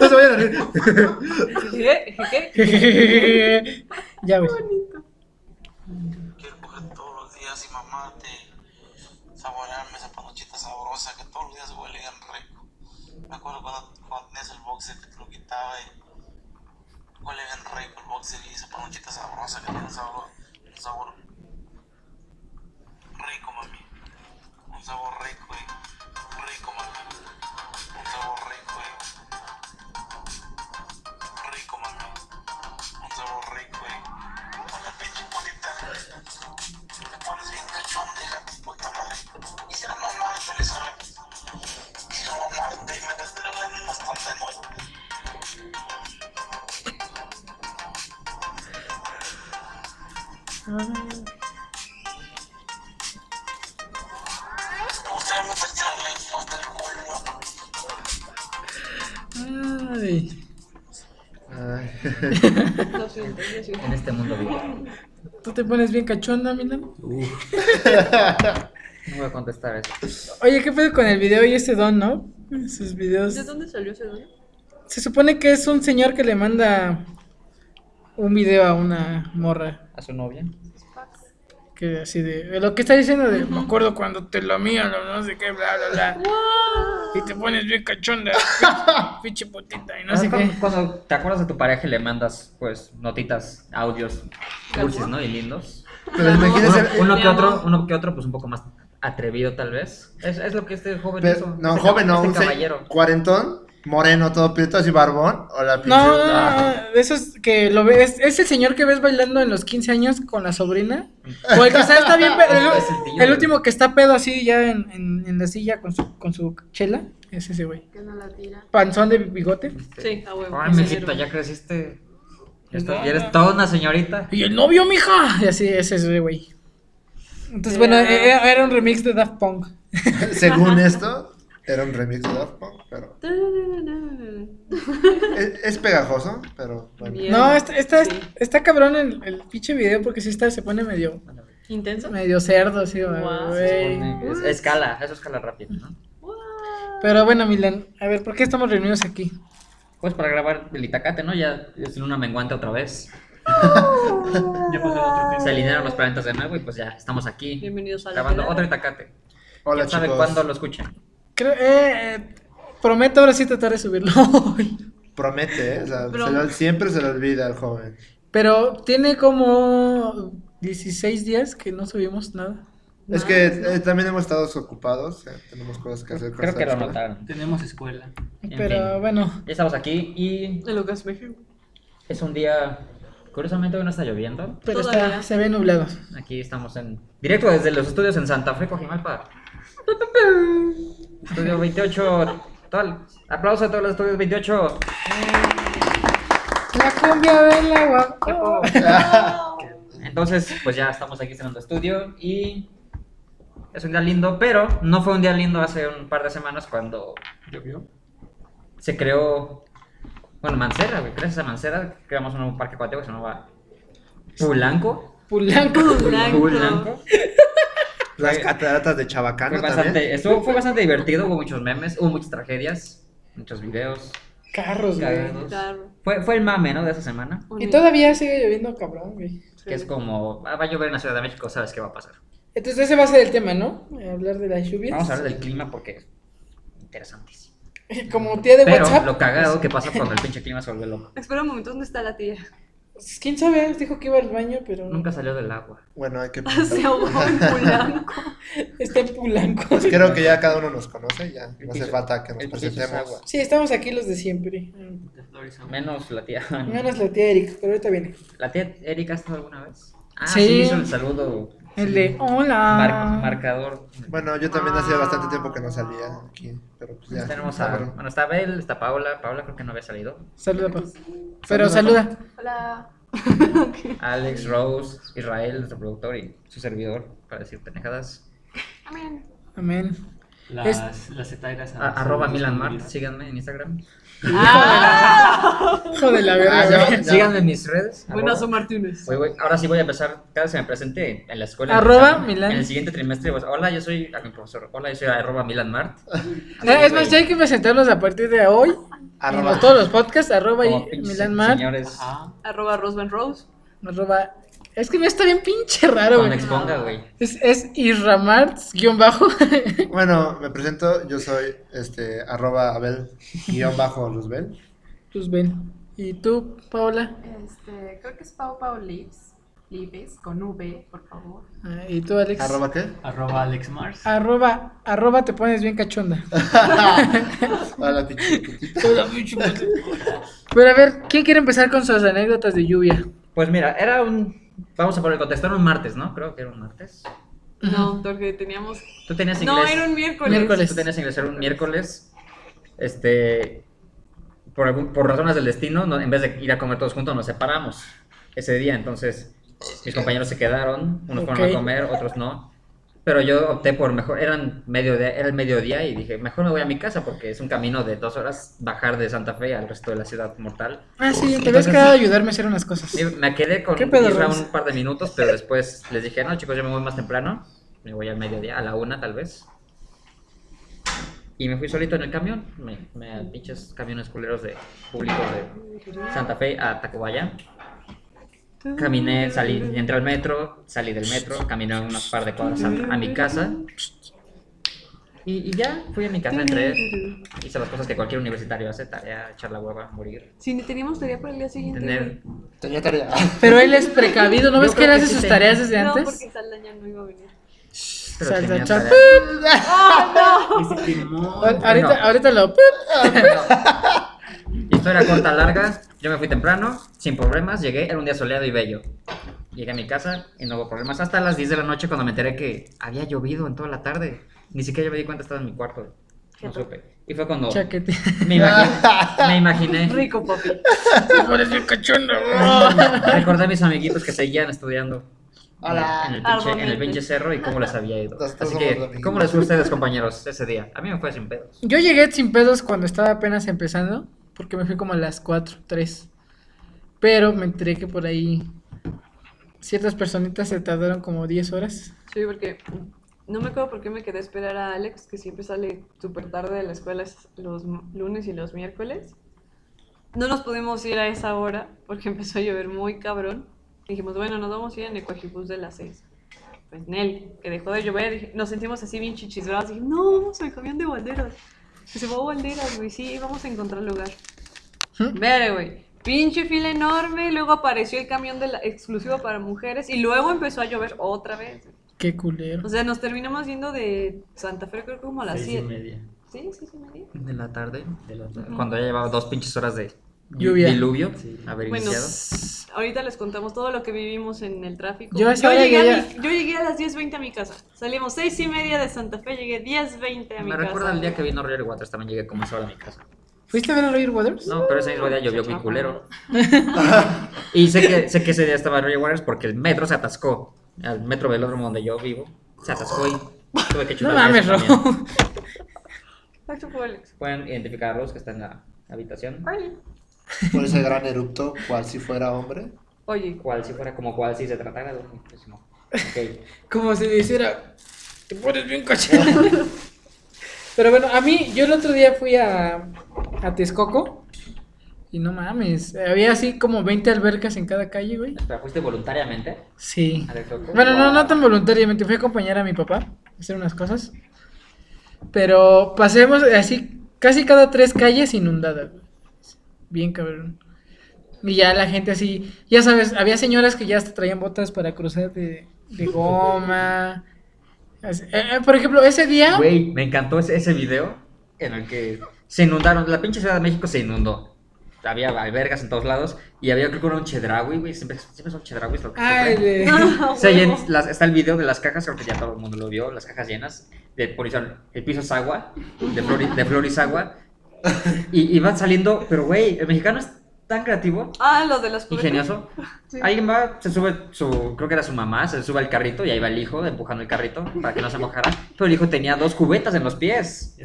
No se vayan a reír. Jeje, jeje. ya, güey. Quiero coger todos los días y mamarte, saborearme esa panochita sabrosa que todos los días huele bien rico. Me acuerdo cuando, cuando tenías el boxer que te lo quitaba y huele bien rico el boxer y esa panochita sabrosa que tiene un sabor, un sabor rico, mami. Un sabor rico, y rico, mami. Un sabor rico, y rico, mami. Un sabor rico, y con la pinche bolita. Te pones bien cachón, hija de tu puta madre. Quisiera mamar, feliz ahora. Quisiera mamarte y me castigaré en unas tantas noches. Me gustaría mucho estirarle hasta el culo. Ay. Ay, Lo siento, lo siento. En este mundo vivo. ¿Tú te pones bien cachonda, Milan? No voy a contestar eso. Oye, ¿qué pedo con el video y ese don, no? Sus videos. ¿De dónde salió ese don? Se supone que es un señor que le manda un video a una morra. ¿A su novia? Que así de. Lo que está diciendo de. Me acuerdo cuando te lo mío, lo no sé qué, bla, bla, bla. Y te pones bien cachonda. pinche- Pinche putita y no sé Ah, qué. cuando- Cuando te acuerdas de tu pareja y le mandas, pues, notitas, audios cursis, ¿no? Y lindos. Pero eh, Uno, imagínense. uno Mi que amor. otro, uno que otro, pues, un poco más atrevido, tal vez. Es, es lo que este joven Pero- hizo. no, Este cab- joven, no, este un se- caballero. cuarentón, moreno, todo prieto, así barbón. O la pinche. No, no, no, Ah. no, de esos que lo ves, es el señor que ves bailando en los 15 años con la sobrina. O el que está, está bien, pero Es el el, tío, el güey. último que está pedo así ya en, en- en la silla con su, con su chela, es ese güey. Que no la tira. Panzón de bigote. Sí, a huevo. Este, Ay, mijito, ya creciste. Ya estás- No, ya eres no. toda una señorita. Y el novio, mija. Y así es ese güey. Entonces, Ya. bueno, era, era un remix de Daft Punk. Según esto, era un remix de Daft Punk, pero. Es, es pegajoso, pero bueno. Bien. No, está, está, Sí. está cabrón el, el pinche video porque sí está, se pone medio, ¿Intenso? medio cerdo, sí, Guau. güey. Es- escala, eso escala rápido, ¿no? Pero bueno, Milan, a ver, ¿por qué estamos reunidos aquí? Pues para grabar el Itacate, ¿no? Ya es luna menguante otra vez. Ya pasó el otro tema. Se alinearon los planetas de nuevo y pues ya estamos aquí Bienvenidos a la grabando pelada. otro Itacate. Hola, ¿Quién sabe chicos. cuándo lo escuchan? Creo, eh, eh, prometo ahora sí tratar de subirlo hoy. Promete, ¿eh? O sea, Prom- se le- siempre se le olvida al joven. Pero tiene como 16 días que no subimos nada. Es que eh, también hemos estado ocupados, eh, tenemos cosas que hacer. Creo cosas que lo extra. notaron. Tenemos escuela. En Pero fin. bueno, Ya estamos aquí y En Lucas México. es un día... Curiosamente hoy no está lloviendo. pero Todavía. está, se ve nublado. Aquí estamos en... Directo desde los estudios en Santa Fe, Cojimalpa. Estudio 28. Tal. Aplauso a todos los estudios 28. La cumbia del agua. Oh. Entonces, pues ya estamos aquí estrenando estudio y es un día lindo, pero no fue un día lindo hace un par de semanas cuando ¿Llovió? se creó, bueno, Mancera, güey, gracias a Mancera creamos un nuevo parque acuático que se llamaba Pulanco. Pulanco. Blanco. Las cataratas de Chabacano Fue Ah, también. bastante, estuvo- fue bastante divertido, hubo muchos memes, hubo muchas tragedias, muchos videos. Carros, güey. Cagados. Claro. Fue, fue el mame, ¿no? De esa semana, Y todavía sigue lloviendo, cabrón, güey. que es como, ah, va a llover en la Ciudad de México, sabes qué va a pasar. Entonces ese va a ser el tema, ¿no? Hablar de las lluvias. Vamos a hablar del clima porque es interesantísimo. Como tía de Pero WhatsApp. lo cagado que pasa cuando el pinche clima se vuelve loco. Espera un momento, ¿dónde está la tía? Pues, ¿Quién sabe? Dijo que iba al baño, pero Nunca salió del agua. Bueno, hay que Se ahogó en Polanco. está en Pulanco. Pues creo que ya cada uno nos conoce, ya El no hace piso- falta que nos el piso es agua. presentemos. Sí, estamos aquí los de siempre. De flores a Menos la tía. Menos la tía Erika, pero ahorita viene. ¿La tía Erika ha estado alguna vez? Ah, Sí. sí, hizo el saludo El de "Ah". mar- hola. marcador. Bueno, yo también hacía bastante tiempo que no salía aquí, pero pues ya. Tenemos ya, a. bueno. Bueno, está Abel, está Paola. Paola creo que no había salido. Saluda, pa. Pero Saluda, saluda. Hola. Alex, Rose, Israel, nuestro productor y su servidor para decir pendejadas. Amén. Amén. Las, las etairas. A- arroba Milan Mart, síganme en Instagram. Hijo de la Ah, ya verga. güey. va. Síganme en mis redes. Buenazo arroba- Martínez. Voy- voy- ahora sí voy a empezar, cada vez que me presente en la escuela. Arroba en el examen, Milan. En el siguiente trimestre, pues, hola, yo soy, a mi profesor, hola, yo soy arroba Milan Mart. Eh, Es más, ya hay que presentarnos a partir de hoy. Arroba. En todos los podcasts, arroba Como y pinches Milán Mar, Señores, Ajá. Arroba Rosben Rose. arroba... Es que me está bien pinche raro, cuando güey. exponga, güey. Es, es Irramarts, guión bajo. Bueno, me presento, yo soy este arroba Abel guión bajo Luzbel. Pues ven. ¿Y tú, Paola? Este, creo que es Pau Pau Lives, Lives, con V, por favor. Ah, ¿Y tú, Alex? ¿Arroba qué? Arroba Alex Mars. Arroba, arroba te pones bien cachonda. Hola, pinche putita. Pero a ver, ¿quién quiere empezar con sus anécdotas de lluvia? Pues mira, era un. Vamos a por el contexto, era un martes, ¿no? Creo que era un martes. No, porque teníamos. Tú tenías inglés. No, era un miércoles. Miércoles. Tú tenías inglés, era un miércoles. Este. Por, algún- por razones del destino, no- en vez de ir a comer todos juntos, nos separamos ese día. Entonces, mis compañeros se quedaron, unos fueron Ok. a comer, otros no. Pero yo opté por mejor, eran mediodía, era el mediodía y dije, mejor me voy a mi casa porque es un camino de dos horas bajar de Santa Fe al resto de la ciudad mortal. Ah, sí, te habías Entonces- quedado a ayudarme a hacer unas cosas. Sí, Me quedé con ¿Qué pedo, Isra Rams? un par de minutos, pero después les dije, no, chicos, yo me voy más temprano. Me voy al mediodía, a la una tal vez. Y me fui solito en el camión. Me, me a pinches camiones culeros de públicos de Santa Fe a Tacubaya. Caminé, salí, entré al metro, salí del metro, caminé unas par de cuadras a, a mi casa. Y, y ya, fui a mi casa, entré, hice las cosas que cualquier universitario hace, tarea, echar la hueva, morir, Sí, ni teníamos tarea para el día siguiente. tener güey. Tenía tarea. Pero él es precavido, ¿no Yo ves que creo él que hace sí sus te- tareas desde No, antes? porque Saldaña no iba a venir. pero Salsa tenía chapa. tarea. A- Ahorita, No. ahorita lo... Historia corta, larga. Yo me fui temprano, sin problemas. Llegué, era un día soleado y bello. Llegué a mi casa y no hubo problemas. Hasta las 10 de la noche cuando me enteré que había llovido en toda la tarde. Ni siquiera yo me di cuenta, estaba en mi cuarto. No supe. Y fue Oh. cuando Chaquete. me imaginé, me imaginé. Rico, papi. Te pones bien cachonda, Recordé a mis amiguitos que seguían estudiando. Hola. En el, pinche, en el pinche cerro y cómo les había ido. Todos Así somos que, amigos. ¿cómo les fue a ustedes, compañeros, ese día? A mí me fue sin pedos. Yo llegué sin pedos cuando estaba apenas empezando, porque me fui como a las 4, 3. Pero me enteré que por ahí ciertas personitas se tardaron como 10 horas. Sí, porque no me acuerdo por qué me quedé a esperar a Alex, que siempre sale súper tarde de la escuela es los m- lunes y los miércoles. No nos pudimos ir a esa hora porque empezó a llover muy cabrón. Dijimos, bueno, nos vamos a ir en el coajibús de las 6. Pues Nel, que dejó de llover, dije- nos sentimos así bien chichisbrados. Dije, no, vamos al camión de banderas. Que se va a banderas, güey, sí, vamos a encontrar lugar. ¿Mm? Vere, güey. Pinche fila enorme, luego apareció el camión de la, exclusivo para mujeres y luego empezó a llover otra vez. Qué O culero. sea, nos terminamos yendo de Santa Fe, creo que como a las Seis y 7. media. Sí, sí, sí, media. De la tarde. Cuando ya llevaba dos pinches horas de Lluvia. diluvio. Sí. Haber Bueno, iniciado. Pues ahorita les contamos todo lo que vivimos en el tráfico. Yo a esa hora llegué, a llegué mi- yo llegué a las 10.20 a mi casa. Salimos 6 y media de Santa Fe, llegué 10.20 a mi Me casa. recuerda el día que vino Roger Waters, también llegué como esa hora a mi casa. ¿Fuiste a ver a Roger Waters? No, pero ese mismo día llovió muy culero. y sé que, sé que ese día estaba Roger Waters porque el metro se atascó. El metro velódromo donde yo vivo se atascó y tuve que No chutar. mames, Ro. Exacto, fue Alex. Pueden identificarlos que están en la habitación. Órale. Por ese gran erupto, cual si fuera hombre. Oye, Cual si fuera como cual si se tratara de un pésimo. Ok. Como si dijera, te pones bien cachonda. Pero bueno, a mí, yo el otro día fui a, a Texcoco y no mames, había así como 20 albercas en cada calle, güey. Espera, ¿fuiste voluntariamente? Sí. a Texcoco? Bueno, no, no Wow. tan voluntariamente, fui a acompañar a mi papá a hacer unas cosas. Pero pasemos así, casi cada tres calles inundadas. güey. Bien cabrón. Y ya la gente así, ya sabes, había señoras que ya hasta traían botas para cruzar de, de goma. Así- eh, eh, por ejemplo, ese día... Güey, me encantó ese, ese video en el que se inundaron. La pinche Ciudad de México se inundó. Había albergas en todos lados. Y había, creo que era un chedraui, güey. Siempre, siempre son chedrawis lo que Ah, el sufren. de- Se huevo. llen- las- está el video de las cajas, creo que ya todo el mundo lo vio, las cajas llenas. De, por eso el- el piso es agua, de, flor, y- de flor es agua. Y, y van saliendo, pero güey, el mexicano es tan creativo, Ah, los de las cubetas. ingenioso. Alguien va, se sube su, creo que era su mamá, se sube al carrito y ahí va el hijo empujando el carrito para que no se mojara. Pero el hijo tenía dos cubetas en los pies.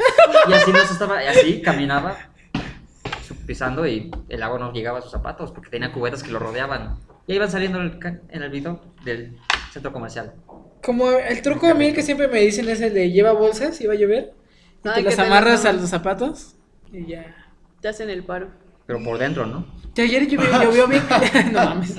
Y así no se estaba, y así caminaba su- pisando y el agua no llegaba a sus zapatos porque tenía cubetas que lo rodeaban. Y ahí van saliendo en el, ca- en el video del centro comercial. Como el truco a mí que siempre me dicen es el de lleva bolsas, iba a llover. Y Ay, te que las te las amarras a amarras. los zapatos y ya. Te hacen el paro. Pero por dentro, ¿no? Que Ayer llovió, llovió bien. no mames.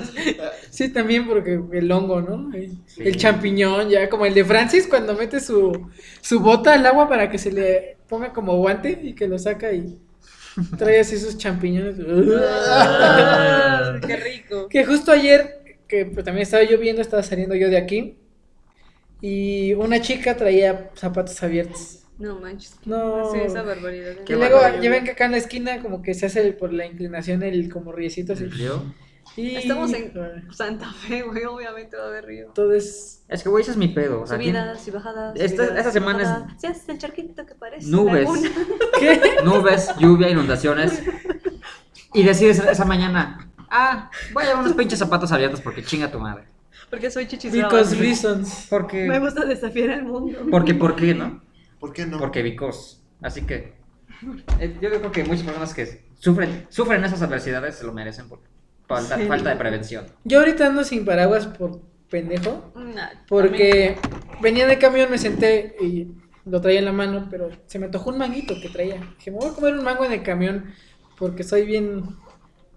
Sí, también porque el hongo, ¿no? El, el champiñón, ya como el de Francis cuando mete su, su bota al agua para que se le ponga como guante y que lo saca y trae así sus champiñones. Ah. ¡Qué rico! que justo ayer, que pues, también estaba lloviendo, estaba saliendo yo de aquí y una chica traía zapatos abiertos. No manches. No. Sí, esa barbaridad. Qué y luego barbaridad. ya ven que acá en la esquina como que se hace el- por la inclinación el como riecito así. El río. Y- Estamos en Santa Fe, güey, obviamente va a haber río. Todo es Es que, güey, ese es mi pedo. O sea, aquí- Subidas y bajadas. Esta- subidas esta y semana es- bajadas. Sí, es el charquito que parece. Nubes. laguna. ¿Qué? nubes, lluvia, inundaciones. Y decides esa mañana, ah, voy a llevar unos pinches zapatos abiertos porque chinga tu madre. Porque soy chichisbrava. Because reasons. Me Porque, gusta desafiar al mundo. porque, ¿por qué, no? ¿Por qué no? Porque vicos. Así que, eh, yo creo que muchas personas que sufren, sufren esas adversidades se lo merecen por falta, Sí. Oh, falta de prevención. Yo ahorita ando sin paraguas por pendejo. Nah, Porque venía de camión, me senté y lo traía en la mano, pero se me antojó un manguito que traía. Dije, me voy a comer un mango en el camión porque soy bien.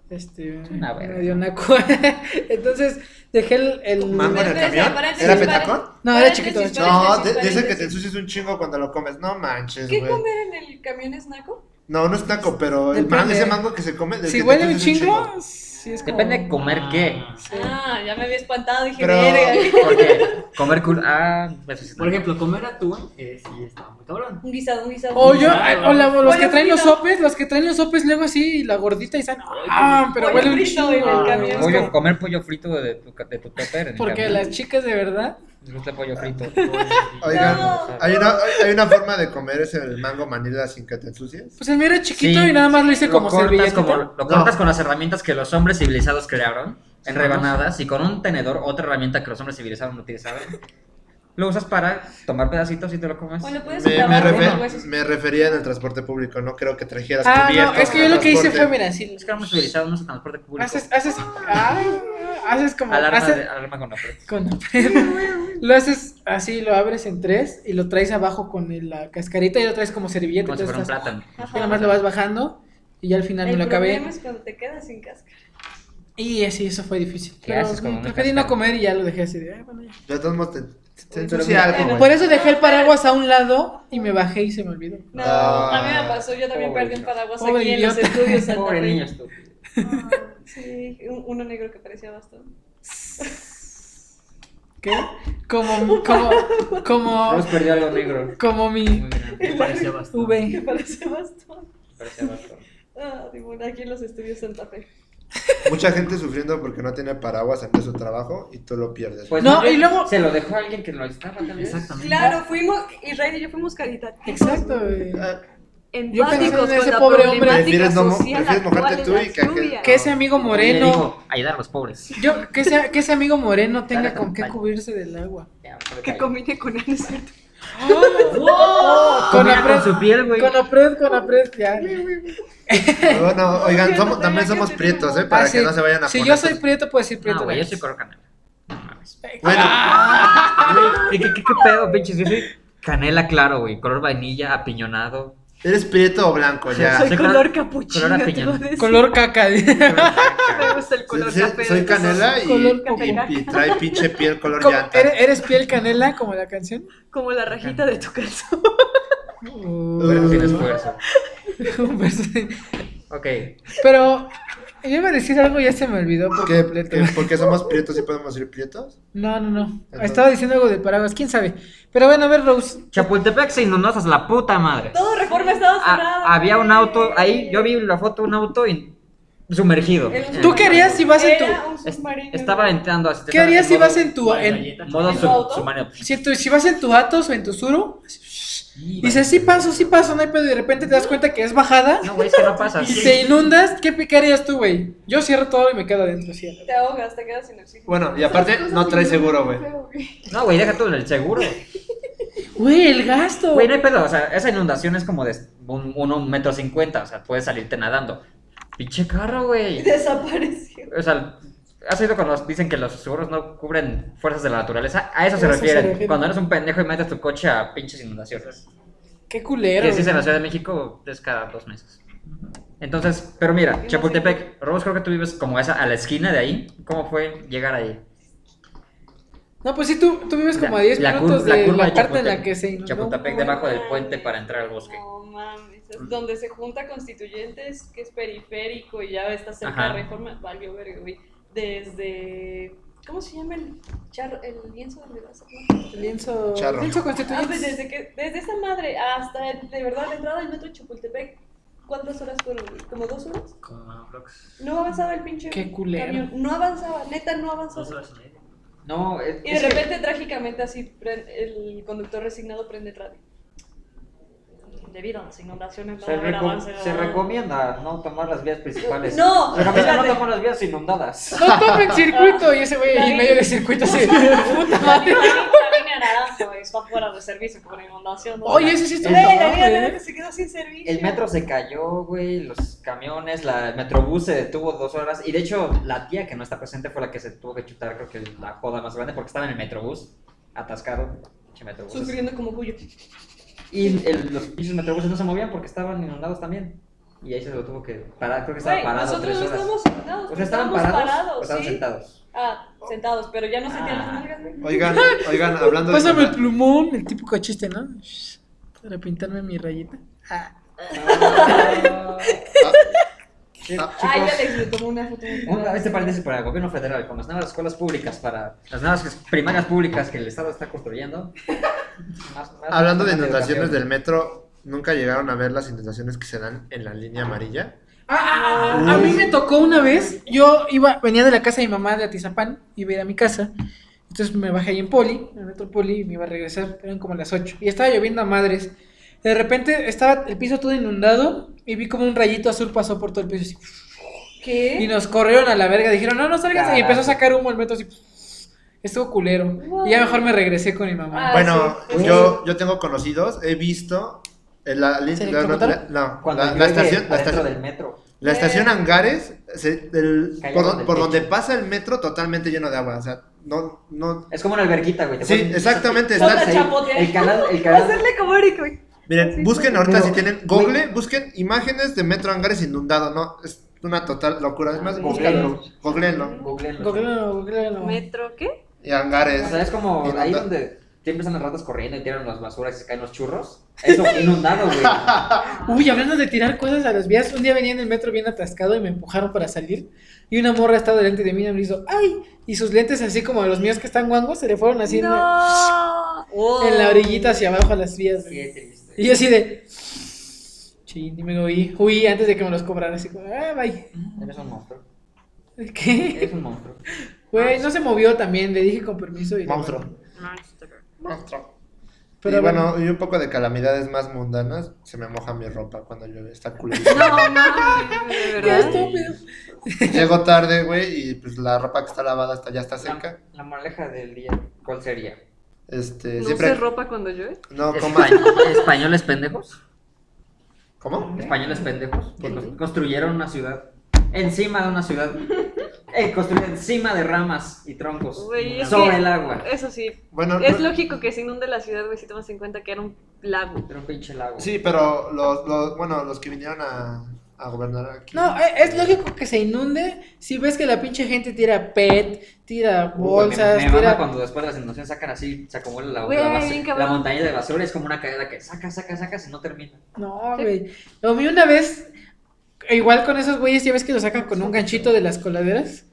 Este. una verga. medio naco. Entonces dejé el. el- ¿Mango en el Paréntesis, camión? paréntesis, ¿Era paréntesis. petacón? No, era chiquito. Paréntesis, No, paréntesis, te- dicen que paréntesis. te ensucias un chingo cuando lo comes. No manches, ¿Qué güey. comer en el camión es naco? No, no es taco, pero el Depende. mango, ese mango que se come. del Si que te huele un ensucias chingo, sí es como. Depende de comer qué. Ah, ya me había espantado, dije, Pero- verga. Porque comer culo, ah, eso sí. Por ejemplo, comer atún, eh, sí, está muy cabrón. Un guisado, un guisado. Oh, O yo, o la- los Huele que traen los frito. sopes, los que traen los sopes luego así, y la gordita y están, ah, pues, pero Huele huele un frito chingo. en el Ah, camión. es como- pollo, comer pollo frito de tu, de tu topper. en el Porque camión. las chicas de verdad. Les gusta el pollo frito. Oigan, No. Hay una, hay una forma de comer ese el mango manila sin que te ensucies. Pues el mío era chiquito Sí. y nada más lo hice lo como Ah, cortas, servilletita. como, lo cortas con las herramientas que los hombres civilizados crearon en rebanadas y con un tenedor, otra herramienta que los hombres civilizados no utilizaron. Lo usas para tomar pedacitos y te lo comes. pues, Bueno, puedes Me, me acabar con refe- los huesos. me refería en el transporte público, no creo que trajeras Ah, no, cubiertos es que yo al lo que hice fue, transporte. mira, así. Es que éramos civilizados, no es transporte público. Haces, haces, ay, haces como, alarma, haces de- alarma con la frente. con la perra. Lo haces así, lo abres en tres y lo traes abajo con el- la cascarita y lo traes como servilleta. Como si fuera un entonces estás- plátano. y nada más lo vas bajando y ya al final me El lo acabé. problema es cuando te quedas sin cáscara. Y así, eso fue difícil. ¿Qué Pero haces con mm, una preferí no cáscara? comer y ya lo dejé así de, "Ay, bueno, ya". De todos modos, te, te ensucia algo, Bueno, güey. Por eso dejé el paraguas a un lado y me bajé y se me olvidó. No, Ah, a mí me pasó, yo también pobre perdí un idiota. paraguas Pobre aquí en los idiota. estudios Santa Pobre Fe. niño estúpido. Ah, Sí, un- uno negro que parecía bastón. ¿Qué? Como, como, Hemos como, perdido algo negro. como mi Muy grande. Me parecía bastante. Que V. parecía bastón. Parecía bastón. Ah, Dimona, aquí en los estudios Santa Fe. Mucha gente sufriendo porque no tiene paraguas ante su trabajo y tú lo pierdes. Pues No, yo- y luego- Se lo dejó a alguien que lo estaba tal vez. Exactamente. Claro, fuimos, Israel y yo fuimos caritativos. Exacto, güey. Yo Ah, pensé en Empáticos con ese la pobre hombre. problemática Prefieres no mo- social prefieres mojarte actual tú de y las que aquel- lluvias. Que ese amigo Ella moreno, dijo, ayudar a los pobres. yo, que ese, que ese amigo moreno tenga Dale, con qué acompaña. cubrirse del agua. Ya, por Que ahí. combine con él, ¿no es cierto? Con Oh, la Comía con su piel, güey. Con apred, con apred, ya. luego no, oigan, Oye, somos- no también tenía somos que prietos, ¿eh? tener- Para Ah, que sí. no se vayan a Si poner. yo soy prieto, puedo decir prieto. No, güey, yo ¿verdad? soy color canela. No mames. Bueno, ¿Y qué, qué- qué pedo, pinches? Yo soy canela claro, güey. Color vainilla, apiñonado. eres prieto o blanco ya. Soy Soy color- color capuchino, Ah, color te iba a apiñado. decir. Ah, Color caca. Me gusta el Sí, color sí, café. soy de canela y, Color y- caca. y trae pinche piel color Como- llanta. ¿Eres, eres piel canela como la canción? tu- Como la rajita de tu calzón. Pero sin Uh, esfuerzo. Ok. Pero yo iba a decir algo y ya se me olvidó por ¿Qué- completo. qué- porque somos prietos y podemos ir prietos. No, no, no. Entonces- Estaba diciendo algo de paraguas, quién sabe. Pero bueno, a ver, Rose. Chapultepec se inundó hasta la puta madre. Todo reforma estaba Ah, cerrado. había un auto ahí. Yo vi la foto, un auto in- sumergido. El- ¿Tú qué harías si vas en tu- Era un Est- submarino. Estaba entrando así. ¿Qué harías si modo- vas en tu en, Modo ¿En tu sub- auto? submarino. si, tu- si vas en tu Atos o en tu Zuru? Y dices, sí paso, sí paso, no hay pedo, y de repente te das cuenta que es bajada No, güey, es que no pasas. y te inundas, ¿qué pi- qué harías tú, güey? Yo cierro todo y me quedo adentro, así. a la- Te ahogas, te quedas sin oxígeno. Bueno, y aparte no trae seguro, güey. No, güey, deja todo en el seguro. Güey, el gasto. Güey, no hay pedo, o sea, esa inundación es como de un, un metro cincuenta, o sea, puedes salirte nadando. Pinche carro, Y güey. Desapareció. O sea, ¿has oído cuando dicen que los seguros no cubren fuerzas de la naturaleza? A eso se Eso se refieren, refiere. cuando eres un pendejo y metes tu coche a pinches inundaciones. Qué culero. Que sí, en la güey. Ciudad de México es cada dos meses. Entonces, pero mira, sé. Chapultepec, Robos, creo que tú vives como esa, a la esquina de ahí. ¿Cómo fue llegar ahí? No, pues sí, tú, tú vives como a La- 10 la minutos cur- la de curva la, de parte en la Chapultepec. que se inundó. Chapultepec debajo del puente para entrar al bosque. Mm. No mames, es donde se junta Constituyentes, que es periférico y ya está cerca Ajá. de Reforma, valió verga, güey. Desde ¿cómo se llama el charro, el lienzo de Medaza? El lienzo, Charro. lienzo Ah, constituyente. pues desde que desde esa madre hasta el- de verdad la entrada del metro de Chapultepec. ¿Cuántas horas fueron? güey? ¿Como dos horas? Como Blox. No avanzaba el pinche Qué culero. camión. No avanzaba, neta, no Dos avanzaba. horas y media. No, es, Y de repente, trágicamente, así, pre- el conductor resignado prende el radio. Debido a las inundaciones, no va a haber avance. recomienda no tomar las vías principales. No, espérate. las vías inundadas. No tomen circuito. Y ese güey ahí en medio del circuito así. Puta madre. La línea naranja güey, está fuera de servicio por inundación. ¿no? Oye, ese sí está ¿eh? Güey, la cabrón, línea güey. naranja se quedó sin servicio. El metro se cayó, güey, los camiones, la, el metrobús se detuvo dos horas. Y de hecho, la tía que no está presente fue la que se tuvo que chutar, creo que la joda más grande, porque estaba en el metrobús, atascado. pinche metrobús. Sufriendo como cuyo. Y el- los pinches metrobuses no se movían porque estaban inundados también. Y ahí se lo tuvo que parar, creo que estaba Güey, parado nosotros tres no horas. estábamos sentados. o sea, estaban estábamos parados, o parados, estaban ¿sí? sentados. Ah, sentados, pero ya no sentían Ah. las nalgas, güey. Oigan, oigan, hablando de. Pásame el plumón, el típico chiste, ¿no? Shh, Para pintarme mi rayita. Ah. Ah, Ay, ya les chicos, le tomó una foto. muy Un- cara. este paréntesis para el gobierno federal, con las nuevas escuelas públicas, para las nuevas primarias públicas que el Estado está construyendo. Más- más- hablando de más inundaciones educación. del metro, ¿nunca llegaron a ver las inundaciones que se dan en la línea amarilla? Ah, a mí me tocó una vez, yo iba, venía de la casa de mi mamá de Atizapán, iba a ir a mi casa, entonces me bajé ahí en poli, en otro poli, y me iba a regresar, eran como las 8, y estaba lloviendo a madres. De repente estaba el piso todo inundado, y vi como un rayito azul pasó por todo el piso, así, y ¿Qué? nos corrieron a la verga, dijeron, no, no salgas, y empezó a Carajo. sacar humo el metro, así, estuvo culero, y ya mejor me regresé con mi mamá. Ah, bueno, sí, sí. yo, yo tengo conocidos, he visto. en La, lin- ¿Se la- no, electrocutaron? la- no, Cuando la- la llueve estación, la adentro estación- del metro. La estación Eh. Hangares, se- el- Cae por, agua don- del por techo. donde pasa el metro, totalmente lleno de agua. O sea, no, no. Es como una alberquita, güey. te Sí, pones- exactamente. Ponte Está, a chapotear. El canal, el canal. Hacerle como Eric, güey. miren, Sí, busquen sí. ahorita Pero, si tienen Google, busquen imágenes de metro Hangares inundado, ¿no? Es una total locura. Es más, búsquenlo, googleenlo. Googleenlo. Googleenlo, googleenlo. ¿Metro qué? Y Hangares. O sea, es como Inunda- ahí donde siempre están las ratas corriendo y tiran las basuras y se caen los churros. Eso, inundado, güey. Uy, hablando de tirar cosas a las vías, un día venía en el metro bien atascado y me empujaron para salir. Y una morra estaba delante de mí y me hizo ¡ay! Y sus lentes, así como los míos que están guangos, se le fueron así en, la, No. Wow. en la orillita hacia abajo a las vías. güey. Qué triste. Y yo así de. Chin, y me huí. Huí antes de que me los cobraran, así como, ¡ah, bye! Eres un monstruo. ¿Qué? Eres Eh, un monstruo. Güey, no se movió también, le dije con permiso. Y ah, Monstruo. Monstruo. Pero y bueno. bueno, y un poco de calamidades más mundanas. Se me moja mi ropa cuando llueve. Está cool. No, mames, de ¡Qué verdad. estúpido! Llego tarde, güey, y pues la ropa que está lavada hasta ya está La, seca. la moraleja del día, ¿cuál sería? Este, ¿No siempre. se ropa cuando llueve? No, coman. ¿Españoles pendejos? ¿Cómo? Españoles pendejos. que cons- Construyeron una ciudad. Encima de una ciudad. Eh, construyeron encima de ramas y troncos. Güey, es sobre que- el agua. Eso sí. Bueno, Es no- lógico que se inunde la ciudad, güey, si tomas en cuenta que era un lago. Era un pinche lago. Sí, pero los, los- bueno, los que vinieron a, a gobernar aquí. No, e- es lógico que se inunde si ves que la pinche gente tira PET, tira Uy, me- bolsas, me, mama tira. cuando después de las inundaciones sacan así, se acumula la, Güey, la bas- bien la cabrón. montaña de basura, es como una cadena que saca, saca, saca, si no termina. No, güey. Lo vi una vez, igual con esos güeyes, ya ves que lo sacan con un ganchito de las coladeras.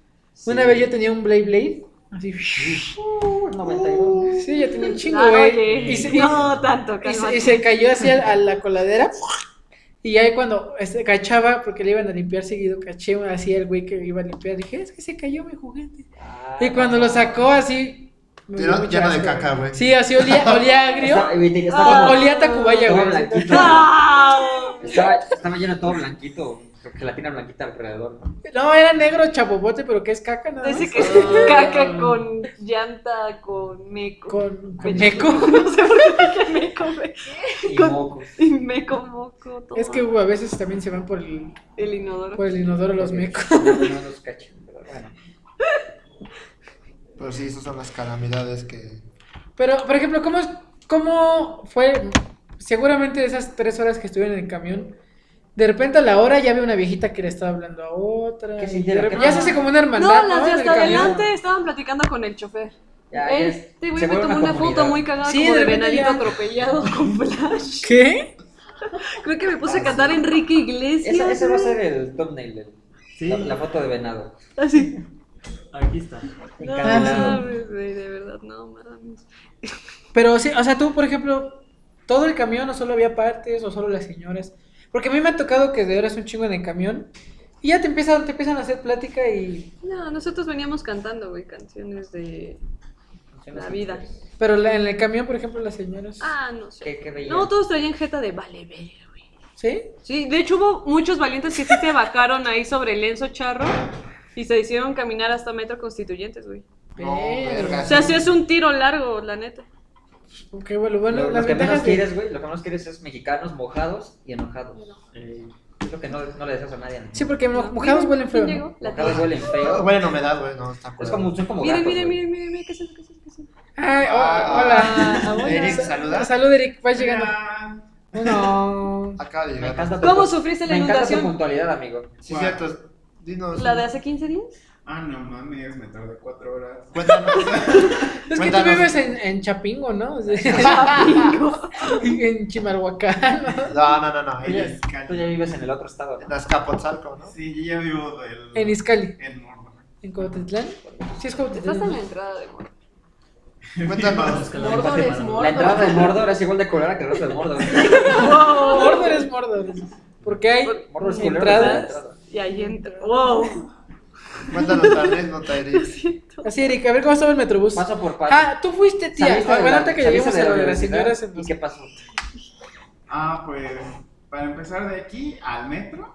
Una Sí. vez yo tenía un Blade Blade. Así. Uh, 92. Sí, yo tenía un chingo, Ah, güey. oye, Y, se- y- no tanto, y calma. se, y se cayó así a, a la coladera. Y ahí cuando este, cachaba, porque le iban a limpiar seguido, caché así al güey que iba a limpiar. Dije, es que se cayó mi juguete. Ah, Y cuando no. lo sacó así. me dio Lleno, mucho lleno de asco, caca, güey. Sí, así olía, olía agrio. Estaba, güey, tenía- O- estaba, Oh, olía a Tacubaya, todo güey. blanquito. ¡Ah! Estaba, estaba lleno de todo blanquito, con gelatina blanquita alrededor. ¿no? No, era negro chapopote, pero que es caca, nada más. Dice que es caca con llanta, con meco. Con, con Pecho. meco. No sé por qué dije meco, güey. Y Con- mocos. Y meco, moco, todo. Es que güey, a veces también se van por el, El inodoro. por el inodoro los mecos. No, no los cacho, pero bueno. Pero sí, esas son las calamidades que. Pero, por ejemplo, ¿cómo, es- ¿cómo fue? Seguramente esas tres horas que estuvieron en el camión, De repente a la hora ya había una viejita que le estaba hablando a otra. Que sí, y de de la repente- que- ya se hace como una hermandad. No, las de En el hasta camión. adelante estaban platicando con el chofer. Ya, ya es- Este güey se me vuelve tomó una foto comunidad. muy cagada Sí, como de de repente venadito ya. atropellado con flash. ¿Qué? Creo que me puse a cantar Enrique Iglesias. Esa- Ese va a güey. ser el thumbnail, el- Sí, la, la foto de venado. Así. aquí está. No Encadenado. mames, güey, de verdad, no mames. Pero sí, o sea, tú, por ejemplo, todo el camión o solo había partes o solo las señoras. Porque a mí me ha tocado que de horas un chingo en el camión y ya te empiezan, te empiezan a hacer plática y... No, nosotros veníamos cantando, güey, canciones de la vida. Pero la- en el camión, por ejemplo, las señoras... Ah, no sé. ¿Qué, qué veías? No, todos traían jeta de vale, ver, güey. ¿Sí? Sí, de hecho hubo muchos valientes que sí se vacaron ahí sobre el Enzo Charro y se hicieron caminar hasta Metro Constituyentes, güey. No, verga. O sea, sí es un tiro largo, la neta. Ok, bueno, bueno, Lo, lo las que menos ventajas de- quieres, güey, lo que menos quieres es mexicanos mojados y enojados. Es lo que no, no le deseas a nadie. ¿no? Sí, porque mo- mojados huelen feo. ¿Quién ¿no? llegó? La Mojados huelen feo. Bueno, humedad, güey, no, está Es culero. como, son como Ah. Miren, gatos, miren, güey. miren, miren, miren, qué es eso, qué es eso, qué es eso. Ay, ho- Ah, hola. Ah, hola. Eric, saluda. Salud, Eric, vas llegando. Ah, No. Acaba de Me llegar. encanta tu- ¿Cómo sufriste la Me encanta tu inundación? puntualidad, amigo. Sí, cierto. Dinos. ¿La de hace 15 días? Ah, no mames, me tardé cuatro horas. Cuéntanos. Es que tú Cuéntanos. vives en, en Chapingo, ¿no? O Ah, sea, en Chimalhuacán. ¿no? No, no, no, no. Ahí ella es es Tú ya vives en el otro estado, ¿no? En Azcapotzalco, ¿no? Sí, yo ya vivo del. En Izcali. En Mordo. ¿En Cuautitlán? Sí, es Estás Cuautitlán. en la entrada de Mordor. Cuéntanos. Mordor es Mordor. La entrada de Mordor es igual de culera que el resto de Mordor. Mordor es Mordor. Porque hay Mordor es culero desde la entradas. entrada. Y ahí entra. ¡Wow! Cuéntanos la anécdota, Eric. Así, Eric, a ver cómo estaba el metrobús. Paso por paso. Ah, tú fuiste, tía. Saliste de Bueno, la- antes que saliste lleguemos de a la lo de las universidad, señoras. ¿Y qué pasó? Ah, pues. Para empezar de aquí al metro,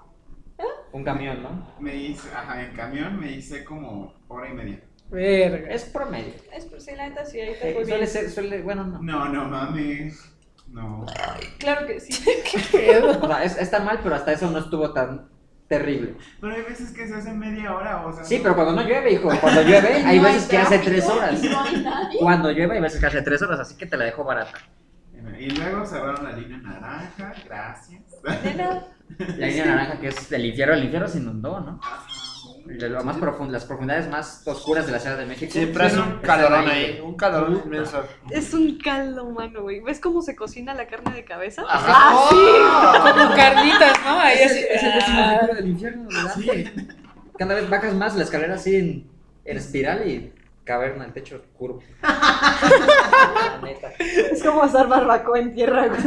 Un camión, ¿no? me hice. Ajá, en camión me hice como hora y media. Verga. Es promedio. Es por si la neta sí, ahí te Eh, fue suele bien. ser, suele, bueno, no. No, no mames. No. Claro que sí. O sea, es- está mal, pero hasta eso no estuvo tan terrible. Pero hay veces que se hace media hora, o sea. Sí, pero cuando no llueve, hijo, cuando llueve Ah. hay veces que hace tres horas. No hay nadie. Cuando llueve hay veces que hace tres horas, así que te la dejo barata. Y luego cerraron la línea naranja, gracias. Nena, La línea naranja que es del infierno, el infierno se inundó, ¿no? Ajá. De lo más profundo, las profundidades más oscuras de la Ciudad de México. Siempre hace un calorón ahí. Un calorón Puta. inmenso. es un caldo humano, güey. ¿Ves cómo se cocina la carne de cabeza? ¡Ah, Como carnitas, ¿no? Ahí Es así. el, es el décimo ah. círculo del infierno, ¿verdad? Cada vez bajas más la escalera así en, en espiral y caverna, el techo curvo. La neta. Es como hacer barbacoa en tierra, güey.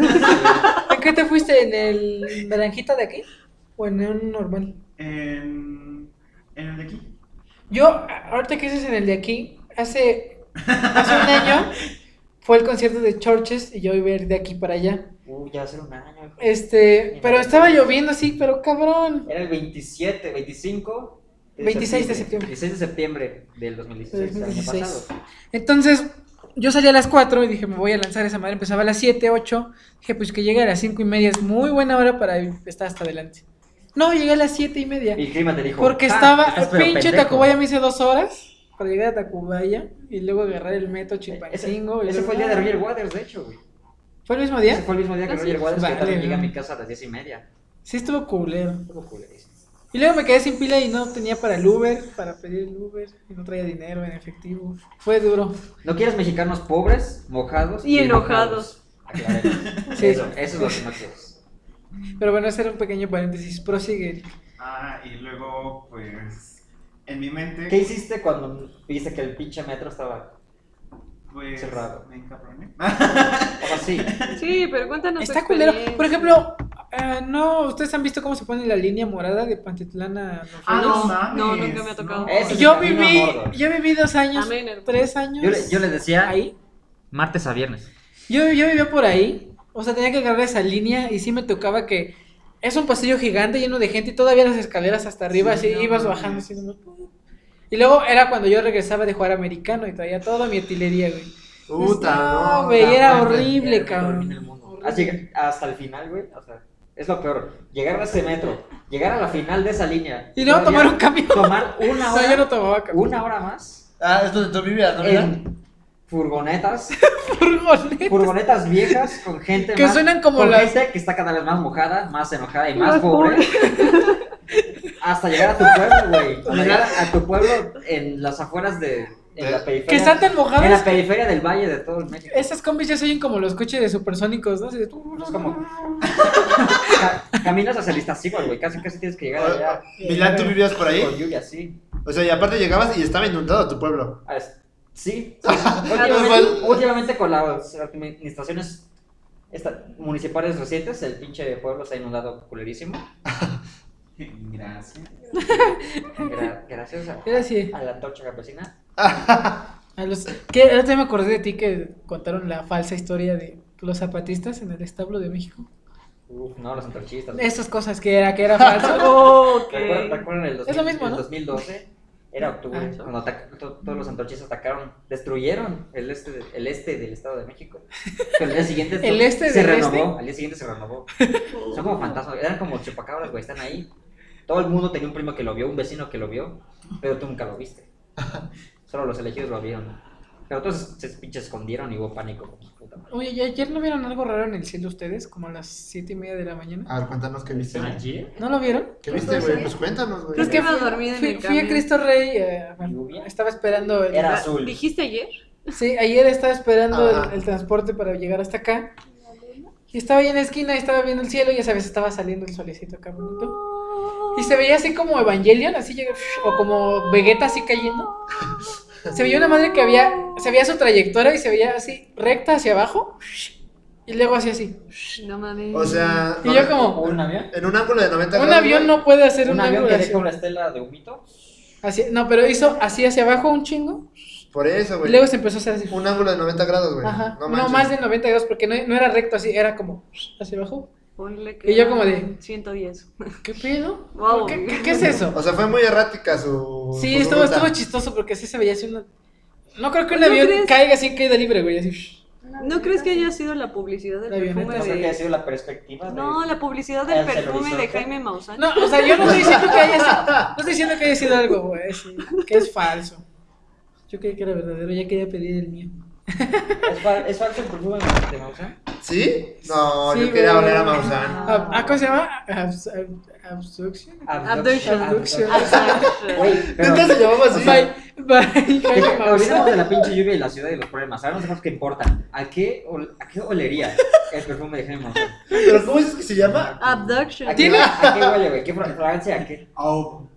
¿En qué te fuiste? ¿En el naranjita de aquí? ¿O en un normal? En. En el de aquí. Yo, a- ahorita que dices en el de aquí, hace, hace un año fue el concierto de Churches y yo iba a ir de aquí para allá. Uy, ya va a ser un año. hijo. Este, pero estaba lloviendo, sí, pero cabrón. Era el 27, 25. 26 de septiembre. 26 de septiembre del 2016, el año 2016. pasado. Entonces, yo salí a las 4 y dije, me voy a lanzar esa madre. Empezaba a las 7, 8. Dije, pues que llegue a las 5 y media es muy buena hora para estar hasta adelante. No, llegué a las 7 y media. Y el clima te dijo. Porque "Ah, estaba, estás pero pinche pendejo". Tacubaya me hice dos horas para llegar a Tacubaya y luego agarrar el metro Ese, Chilpancingo. y ese luego- fue el día de Roger Waters, de hecho, güey. ¿Fue el mismo Ese día? fue el mismo día que Ah, sí. Roger Waters, Vale, que también llega a ¿no? mi casa a las 10 y media. Sí, estuvo culero. Estuvo culerísimo. Y luego me quedé sin pila y no tenía para el Uber, para pedir el Uber, y no traía dinero en efectivo. Fue duro. No quieres mexicanos pobres, mojados Y enojados. Aclaremos. Sí. Eso, eso es lo que no quieres. Pero bueno, ese era un pequeño paréntesis. Prosigue. Ah, y luego, pues. En mi mente. ¿Qué hiciste cuando viste que el pinche metro estaba? Pues. Cerrado. Me encabroné. O sea, sí. Sí, pero cuéntanos. tu Está culero. experiencia. Por ejemplo, ah, no, ustedes han visto cómo se pone la línea morada de Pantitlán a Los Ah, Reyes? no, no, mames. no, nunca me ha tocado. Ese es Yo el camino viví, a Mordor. yo viví dos años, Amén, hermano. tres años. Yo le, yo le decía ahí. Martes a viernes. Yo, yo vivía por ahí, o sea, tenía que agarrar esa línea y sí me tocaba que es un pasillo gigante lleno de gente y todavía las escaleras hasta arriba, Sí, así no ibas mames. bajando. Así, nomás. y luego era cuando yo regresaba de jugar americano y traía toda mi artillería, güey. Puta, No, no. güey, la era madre. horrible, Era el mejor cabrón. fin del mundo. Así, hasta el final, güey. O sea, es lo peor. Llegar a ese metro, llegar a la final de esa línea. Y luego todavía tomar un camión. Tomar una No, yo hora, no tomaba camión. una hora más. Ah, es donde tú vivías, ¿no? en- furgonetas, Furgonetas. furgonetas viejas con gente Que más- suenan como con las- gente que está cada vez más mojada, más enojada y más, Más pobre. Hasta llegar a tu pueblo, güey. Hasta llegar a tu pueblo en las afueras de en la periferia. Que están tan en la mojadas. periferia del valle de todo el México. Esas combis ya se oyen como los coches de supersónicos, ¿no? Así de- Es como Ca- caminas hacia el Iztaccíhuatl, güey, casi casi tienes que llegar allá Milán, ¿tú vivías por con ahí? lluvia, sí. O sea, y aparte llegabas y estaba inundado tu pueblo. Ah, es- Sí. Pues, últimamente, últimamente con las administraciones esta- municipales recientes, el pinche pueblo se ha inundado culerísimo. Gracias. Gra- gracias a, Era así. a la antorcha campesina. A Ah, los... ¿Qué? El otro día me acordé de ti que contaron la falsa historia de los zapatistas en el establo de México. Uf, no, los antorchistas. Esas cosas que era, que era falso. Ok. ¿Recuerdan, recuerdan el, 2000 Es lo mismo, el ¿no? 2012? Era octubre, Ah, eso. cuando atac- to- todos los antorchistas atacaron, destruyeron el este, de- el este del Estado de México. Pero al día siguiente esto- ¿El este se del renovó, este? al día siguiente se renovó. Son como fantasmas, eran como chupacabras, güey, están ahí. Todo el mundo tenía un primo que lo vio, un vecino que lo vio, pero tú nunca lo viste. Solo los elegidos lo vieron. Pero todos se pinche escondieron y hubo pánico. Puta madre. Oye, ¿y ayer no vieron algo raro en el cielo ustedes? Como a las siete y media de la mañana. A ver, cuéntanos qué viste. güey. ¿Ayer? ¿No lo vieron? ¿Qué viste, güey? Pues cuéntanos, güey. Creo que iba fui- dormida en Fui, el fui a camión. Cristo Rey. eh, ¿Lluvia? estaba esperando. el- Era azul. ¿Dijiste ayer? Sí, ayer estaba esperando Ajá. el, el transporte para llegar hasta acá. Y estaba ahí en la esquina y estaba viendo el cielo. Ya sabes, estaba saliendo el solecito acá bonito. Y se veía así como Evangelion, así llega- o como Vegeta así cayendo. Se veía una madre que había, se veía su trayectoria y se veía así recta hacia abajo y luego así así. No mames. O sea, Y yo como, ¿O un avión? en un ángulo de 90 un grados, avión güey. no puede hacer Un un avión ángulo que deja así. una estela de humito. Así- No, pero hizo así hacia abajo un chingo Por eso, y güey. luego se empezó a hacer así. Un ángulo de 90 grados, güey. Ajá. No, manches. más de 90 grados porque no, no era recto así, era como hacia abajo. Ponle Y yo como de- 110. ¿Qué pedo? Wow. ¿Qué, qué- qué es eso? O sea, fue muy errática su. Sí, su estuvo, ruta. estuvo chistoso porque así se veía así una... No creo que un ¿No avión crees? caiga así en caída libre, güey, así. ¿No crees que haya sido la publicidad del La perfume No sé qué ha de... sido la perspectiva. de- No, la publicidad Ah, del se lo perfume hizo, de ¿no? Jaime Maussan. No, o sea, yo no estoy diciendo que haya sido, no estoy diciendo que haya sido algo, güey, sí, que es falso. Yo creí que era verdadero, ya quería pedir el mío. ¿Es, fa- es falso el perfume de Maussan? ¿Sí? No, Sí, yo quería güey. oler a Maussan. Ah, ah, ¿Cómo se llama? Abs- ab- Absorption. Abduction. Abduction. Abduction. Güey, pero- Nunca se llamaba así. Bye, bye, que- Jaime Olvidemos Maussan. de la pinche lluvia y la ciudad y los problemas. Ahora nosotros qué importa. ¿A qué, ol- ¿A qué olería el perfume de Jaime Maussan? ¿Pero cómo dices que se llama? ¿A Abduction. qué, a qué huele, güey? ¿Qué fra- fragancia? ¿A qué? Oh,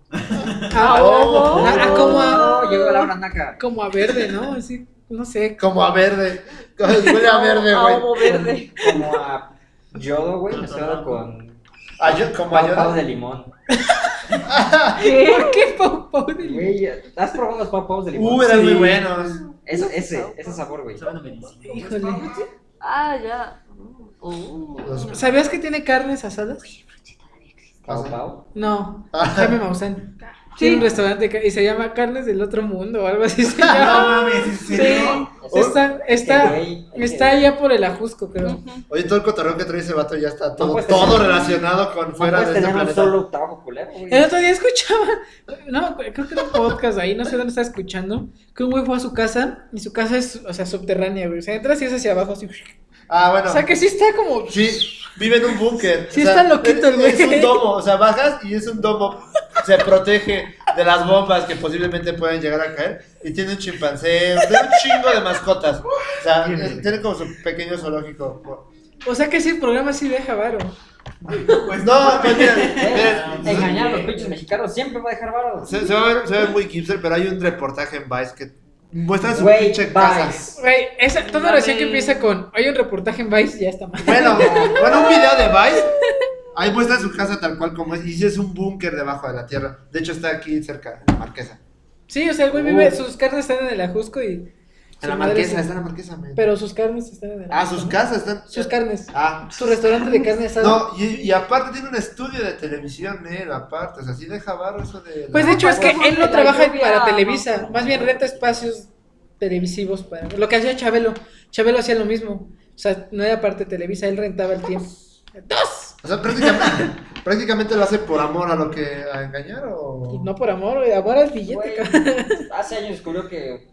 Ah, Oh. ah, ah, como a, No, llegó la hora naca. como a verde, ¿no? Así, no sé. Como a verde. Como- Huele a verde, A güey. humo verde. Como a yodo, güey, mezclado con Ayo- Como pau pau ayuda. de limón. ¿Por qué Pau Pau de Limón? Güey, ¿has probado los pau paus de limón? Uh, eran muy Sí. buenos. Es- ese, ese sabor, güey. Saben a medicina. Híjole. Ah, ya. Oh. Los- ¿Sabías que tiene carnes asadas? Pau pau. No, Ah. Jaime Maussan. Tiene un restaurante que- y se llama Carnes del Otro Mundo o algo así se llama. no mames, ¿en serio? Oh. Está, está, Güey, está allá por el Ajusco, creo. Ujú. Oye, todo el cotorreo que trae ese vato ya está todo, puedes todo tener- relacionado con No fuera puedes de este tener un planeta. solo trabajo culero, güey. El otro día escuchaba, no, creo que era un podcast ahí, no sé dónde estaba escuchando, que un güey fue a su casa y su casa es, o sea, subterránea, güey. O sea, entras y es hacia abajo, así. Ah, O bueno. sea, que sí está como. Sí, vive en un búnker. Sí está loquito el es- Es güey. un domo, o sea, bajas y es un domo. Se protege de las bombas que posiblemente pueden llegar a caer. Y tiene un chimpancé, tiene un chingo de mascotas. O sea, es- tiene como su pequeño zoológico. O sea, que sí, el programa sí deja varo. Pues No, pues mira, Eh, mira, Engañar a los pinches mexicanos siempre va a dejar varo. se, se va a ver, se va a ver muy hipster, pero hay un reportaje en Vice que muestra su Güey, pinche Vice. casa. Güey, esa, toda Dame. oración que empieza con hay un reportaje en Vice ya está mal. Bueno, bueno, un video de Vice. Ahí muestra su casa tal cual como es. Y sí es un búnker debajo de la tierra. De hecho, está aquí cerca, en la marquesa. Sí, o sea, el güey vive, sus carnes están en el Ajusco y. En la su madre marquesa, se- está en la marquesa, men. Pero sus carnes están en el Ah, Ajusco, sus ¿no? casas están. Sus carnes. Ah. Su restaurante de carne asada. No, y, y aparte tiene un estudio de televisión, eh, aparte, o sea, sí deja barro eso de... Pues de hecho es que Pasamos él de no la trabaja lluvia para a- Televisa, más bien renta espacios televisivos para lo que hacía Chabelo. Chabelo hacía lo mismo. O sea, no era parte de Televisa, él rentaba el tiempo. Dos. O sea, prácticamente, prácticamente lo hace por amor a lo que... a engañar o... No por amor, güey, amor al billete. Güey, cabrón. hace años descubrió que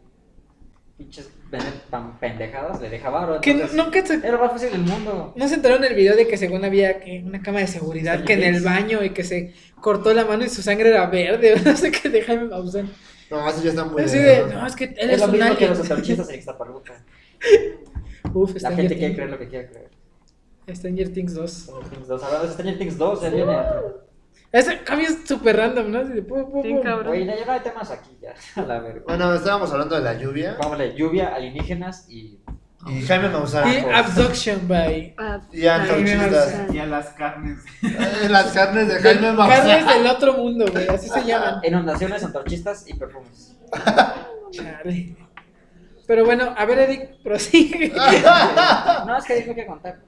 pinches venden pan pendejadas, le deja varo. Que entonces, nunca se Es lo más fácil del mundo. ¿No se enteraron el video de que según había que una cama de seguridad Sí, que en el es. baño y que se cortó la mano y su sangre era verde? No sé qué de Jaime Maussan. No, eso ya está muy Así de, ¿no? no, es que él Es es lo un mismo que los alien. Pues antorchistas en Ixtapaluca. Uf, La Stranger gente quiere Things. creer lo que quiere creer. Stranger Things 2. Stranger Things 2. Hablando de Stranger Things 2, ya viene otro. Ese cambio es súper random, ¿no? Así de, pum, pum, Bien pum. cabrón. Güey, ya, ya no hay temas aquí, ya. A la verga. Bueno, estábamos hablando de la lluvia Vámonos, lluvia, alienígenas y. y Jaime Y Maussan. Abduction by Ah, Y antorchistas. Y a las carnes. Eh, Las carnes de Carnes Jaime Maussan. del otro mundo, güey. Así se llaman. Inundaciones, antorchistas y perfumes. Chale. Pero bueno, a ver, Eric, prosigue. No, es que dijo que contar.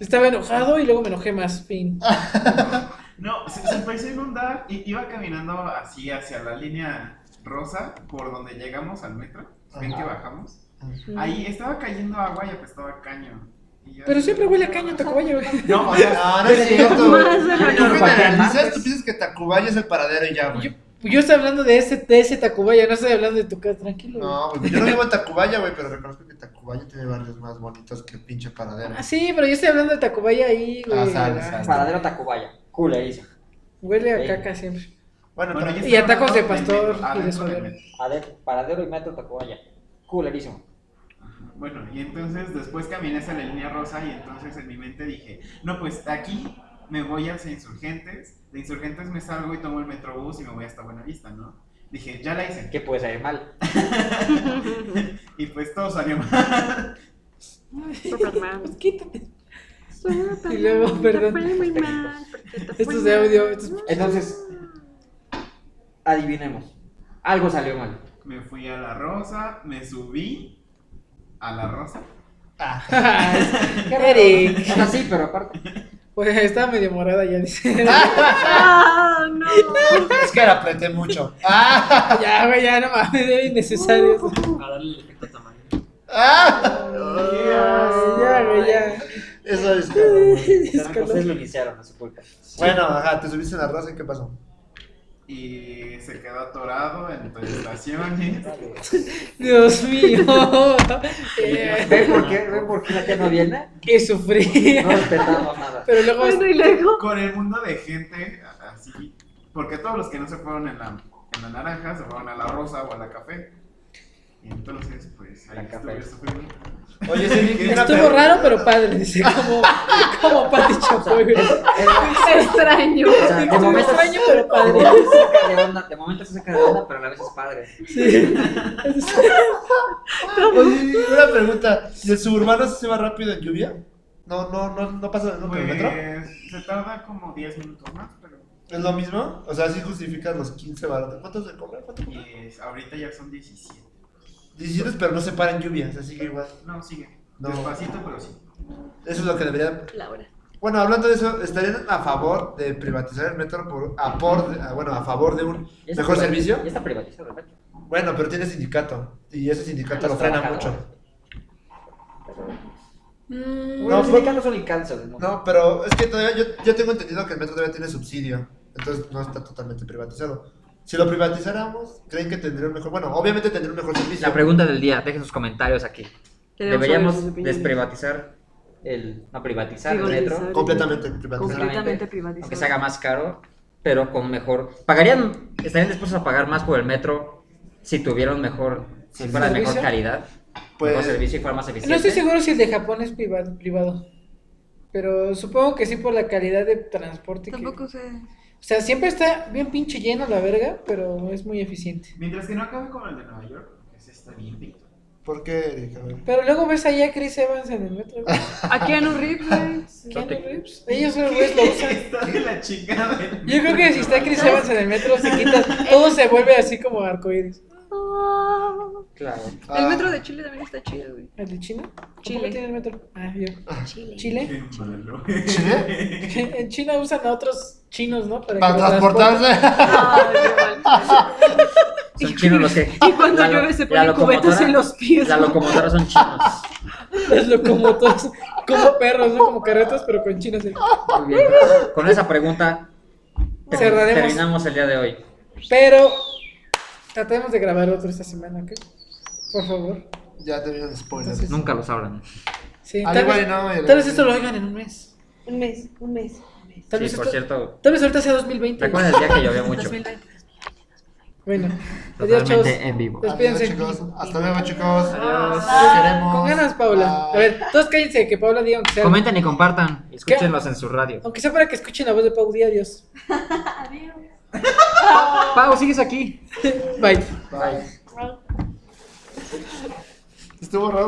Estaba enojado y luego me enojé más. Fin. No, se, se empezó a inundar y iba caminando así hacia la línea rosa por donde llegamos al metro. ¿Ven que bajamos? Ahí estaba cayendo agua y apestaba a caño. Y yo Pero así- siempre huele a caño, Tacubaya, güey. No, o sea, No, no es cierto. güey. Más de lo Tú normal. generalizas, tú piensas que Tacubaya es el paradero y ya, Yo, güey. yo estoy hablando de ese, de ese Tacubaya, no estoy hablando de tu casa, tranquilo. güey. No, güey, yo no vivo en Tacubaya, güey, pero reconozco que Tacubaya tiene barrios más bonitos que pinche paradero. Ah, sí, pero yo estoy hablando de Tacubaya ahí, güey. Ah, sale, sale. Paradero Tacubaya. Culerísimo. Huele a Sí. caca siempre. Bueno, bueno, yo pero Y a tacos de estaba hablando pastor metro, y de adentro del suadero. metro. Adentro, paradero y metro Tacubaya. Culerísimo. Bueno, y entonces después caminé hacia la línea rosa y entonces en mi mente dije, no, pues aquí me voy hacia Insurgentes, de Insurgentes me salgo y tomo el Metrobús y me voy hasta Buenavista, ¿no? Dije, ya la hice. ¿Qué puede salir mal? Y pues todo salió mal. Superman. Pues quítate. Superman. Y luego, perdón. Te fue muy mal, porque te fue Estos de mal. audio, estos- Entonces, adivinemos. Algo salió mal. Me fui a la rosa, me subí a la rosa. Eric. Ah, sí, pero aparte. Pues está medio morada ya, dice. Ah, no. es que la apreté mucho. ¡Ah! ya, güey, ya no mames, era innecesario. eso. Para darle el efecto tamaño. ¡Ah! ya, güey, ya. Eso es. cabrón, güey. Es que Ustedes no- lo iniciaron, no se culpa. Bueno, ajá, te subiste en la rosa y qué pasó. Y se quedó atorado en ¿eh? tres estaciones. Dios mío. Eh, ¿Ven por qué? ¿Ven por qué la tía no viene? que sufrí. No respetamos nada. Pero luego Bueno, y luego. Con el mundo de gente a- así. Porque todos los que no se fueron en la, en la naranja se fueron a la rosa o a la café. Y entonces, pues La ahí estuve café. el sufrimiento. Oye, sí, vi una estuvo per- raro, pero padre, dice, como, como Pati Chapoy, güey. Extraño. O sea, de Estuvo momento extraño, pero de padre. momento se saca de onda, de momento se saca de onda, pero a la vez es padre. Sí. Oye, una pregunta. ¿Y el suburbano se va rápido en lluvia? No, no, no, no pasa lo mismo que el metro. Pues se tarda como 10 minutos más, pero ¿Es lo mismo? O sea, sí justificas los 15 baratos. ¿Cuántos se cobran? ¿Cuánto cobran? pues, ahorita ya son 17. 17, pero no se para en lluvia, o sea, sigue igual. No, sigue. No. Despacito, pero sí. Eso es lo que debería. Laura. Bueno, hablando de eso, ¿estarían a favor de privatizar el metro por, a por- a- bueno, a favor de un Ya está mejor privati- servicio? Este Ya está privatizado, ¿verdad? Bueno, pero tiene sindicato y ese sindicato lo frena mucho. Mm, No, No, los sindicatos son incansos. No, pero es que todavía yo, yo tengo entendido que el metro todavía tiene subsidio, entonces no está totalmente privatizado. Si lo privatizáramos, ¿creen que tendría un mejor? Bueno, obviamente tendría un mejor servicio. La pregunta del día, dejen sus comentarios aquí. Queremos saber sus Deberíamos opiniones. desprivatizar el. No, privatizar el Privatizar. metro. Completamente privatizado. Completamente privatizado. Aunque se haga más caro, pero con mejor. ¿Pagarían, estarían dispuestos a pagar más por el metro si tuvieran mejor. Si fuera de mejor ¿Servicio? calidad, mejor Pues servicio y fuera más eficiente. No estoy seguro si el de Japón es privado, privado. Pero supongo que sí por la calidad de transporte. que- Tampoco sé. O sea, siempre está bien pinche lleno la verga, pero es muy eficiente. Mientras que no acabe como el de Nueva York, que se está bien picto. ¿por qué? Eric? A ver. Pero luego ves allá a Chris Evans en el metro. güey. A Keanu Reeves, güey. Keanu Reeves. Ellos los güeyes lo usan. Está de la chingada. del Yo creo que si está Chris metro. Evans en el metro, se quita. Todo se vuelve así como arcoíris. Ah. Claro. Ah, El metro de Chile también está chido, güey. ¿El de China? Chile. ¿Cómo tiene el metro? Ah, yo. Chile. ¿Chile? Qué malo. Ah, ¿Chile? En China usan a otros chinos, ¿no? que Para los transporten. transportarse. Ay, Ah, qué mal. Son chinos los que. Y cuando la lo- llueve se la ponen cubetas locomotora- en los pies. La locomotora son chinos. Las locomotoras, como perros, ¿no? Como carretas, pero con chinos. ¿eh? Muy bien. Con esa pregunta te- Cerraremos. terminamos el día de hoy. Pero tratemos de grabar otro esta semana, ¿ok? Por favor. Ya te vieron spoilers. Entonces- Nunca lo sabrán. Sí, Al tal, igual vez, y no, el- tal vez esto lo oigan en un mes. Un mes, un mes. Tal, Sí, vez, esto- por cierto, tal vez ahorita sea 2020. ¿te acuerdas del día que llovió mucho? 2020. Bueno, adiós, chavos. Pues, Totalmente en vivo. Despídense. Adiós, chicos. Hasta luego, chicos. Adiós. Los queremos. Con ganas, Paula. A Bye. ver, todos cállense, que Paula diga aunque sea. Comenten y compartan. Y escúchenlos en su radio. Aunque sea para que escuchen la voz de Paula. Adiós. Adiós. Pau, sigues aquí. Bye. Bye. Estuvo raro.